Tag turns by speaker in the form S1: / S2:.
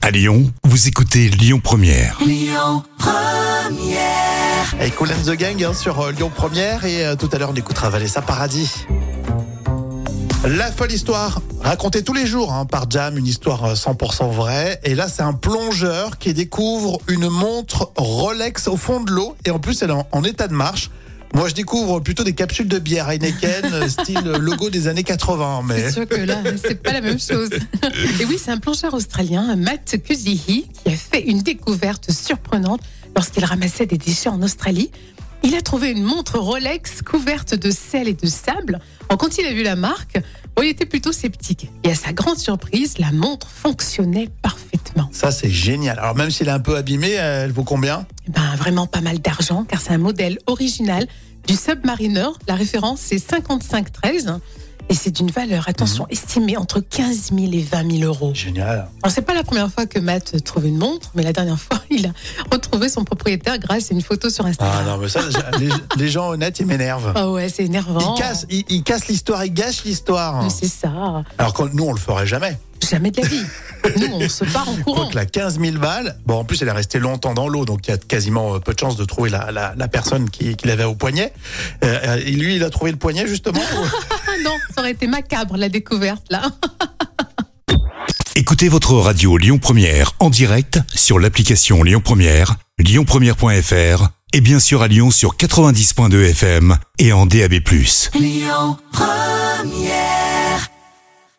S1: À Lyon, vous écoutez Lyon Première.
S2: Avec Cool and the Gang hein, sur euh, Lyon Première et euh, tout à l'heure on écoutera Vanessa Paradis. La folle histoire, racontée tous les jours hein, par Jam, une histoire euh, 100% vraie. Et là, c'est un plongeur qui découvre une montre Rolex au fond de l'eau. Et en plus, elle est en, en état de marche. Moi, je découvre plutôt des capsules de bière Heineken, euh, style logo des années 80. Mais...
S3: C'est sûr que là, c'est pas la même chose. Et oui, c'est un plongeur australien, Matt Kuzihi, qui a fait une découverte surprenante lorsqu'il ramassait des déchets en Australie. Il a trouvé une montre Rolex couverte de sel et de sable. Bon, quand il a vu la marque, bon, il était plutôt sceptique. Et à sa grande surprise, la montre fonctionnait parfaitement.
S2: Ça, c'est génial. Alors, même s'il est un peu abîmé, euh, elle vaut combien
S3: Eh Ben, vraiment pas mal d'argent, car c'est un modèle original du Submariner. La référence, c'est 5513. Et c'est d'une valeur, attention, estimée entre 15 000 et 20 000 euros.
S2: Génial.
S3: Alors, c'est pas la première fois que Matt trouve une montre, mais la dernière fois, il a retrouvé son propriétaire grâce à une photo sur
S2: Ah
S3: Instagram.
S2: non, mais ça, les, les gens honnêtes, ils m'énervent.
S3: Ah ouais, c'est énervant.
S2: Ils cassent, ils, ils cassent l'histoire, ils gâchent l'histoire.
S3: Mais C'est ça.
S2: Alors que nous, on le ferait jamais.
S3: Jamais de la vie. Nous, on se part en courant.
S2: Quoique la 15 000 balles, bon, en plus, elle est restée longtemps dans l'eau, donc il y a quasiment euh, peu de chances de trouver la, la, la personne qui, qui l'avait au poignet. Euh, euh, et lui, il a trouvé le poignet, justement.
S3: Ah non, ça aurait été macabre, la découverte, là.
S1: Écoutez votre radio Lyon Première en direct sur l'application Lyon Première, lyonpremière.fr et bien sûr à Lyon sur 90.2 FM et en DAB+.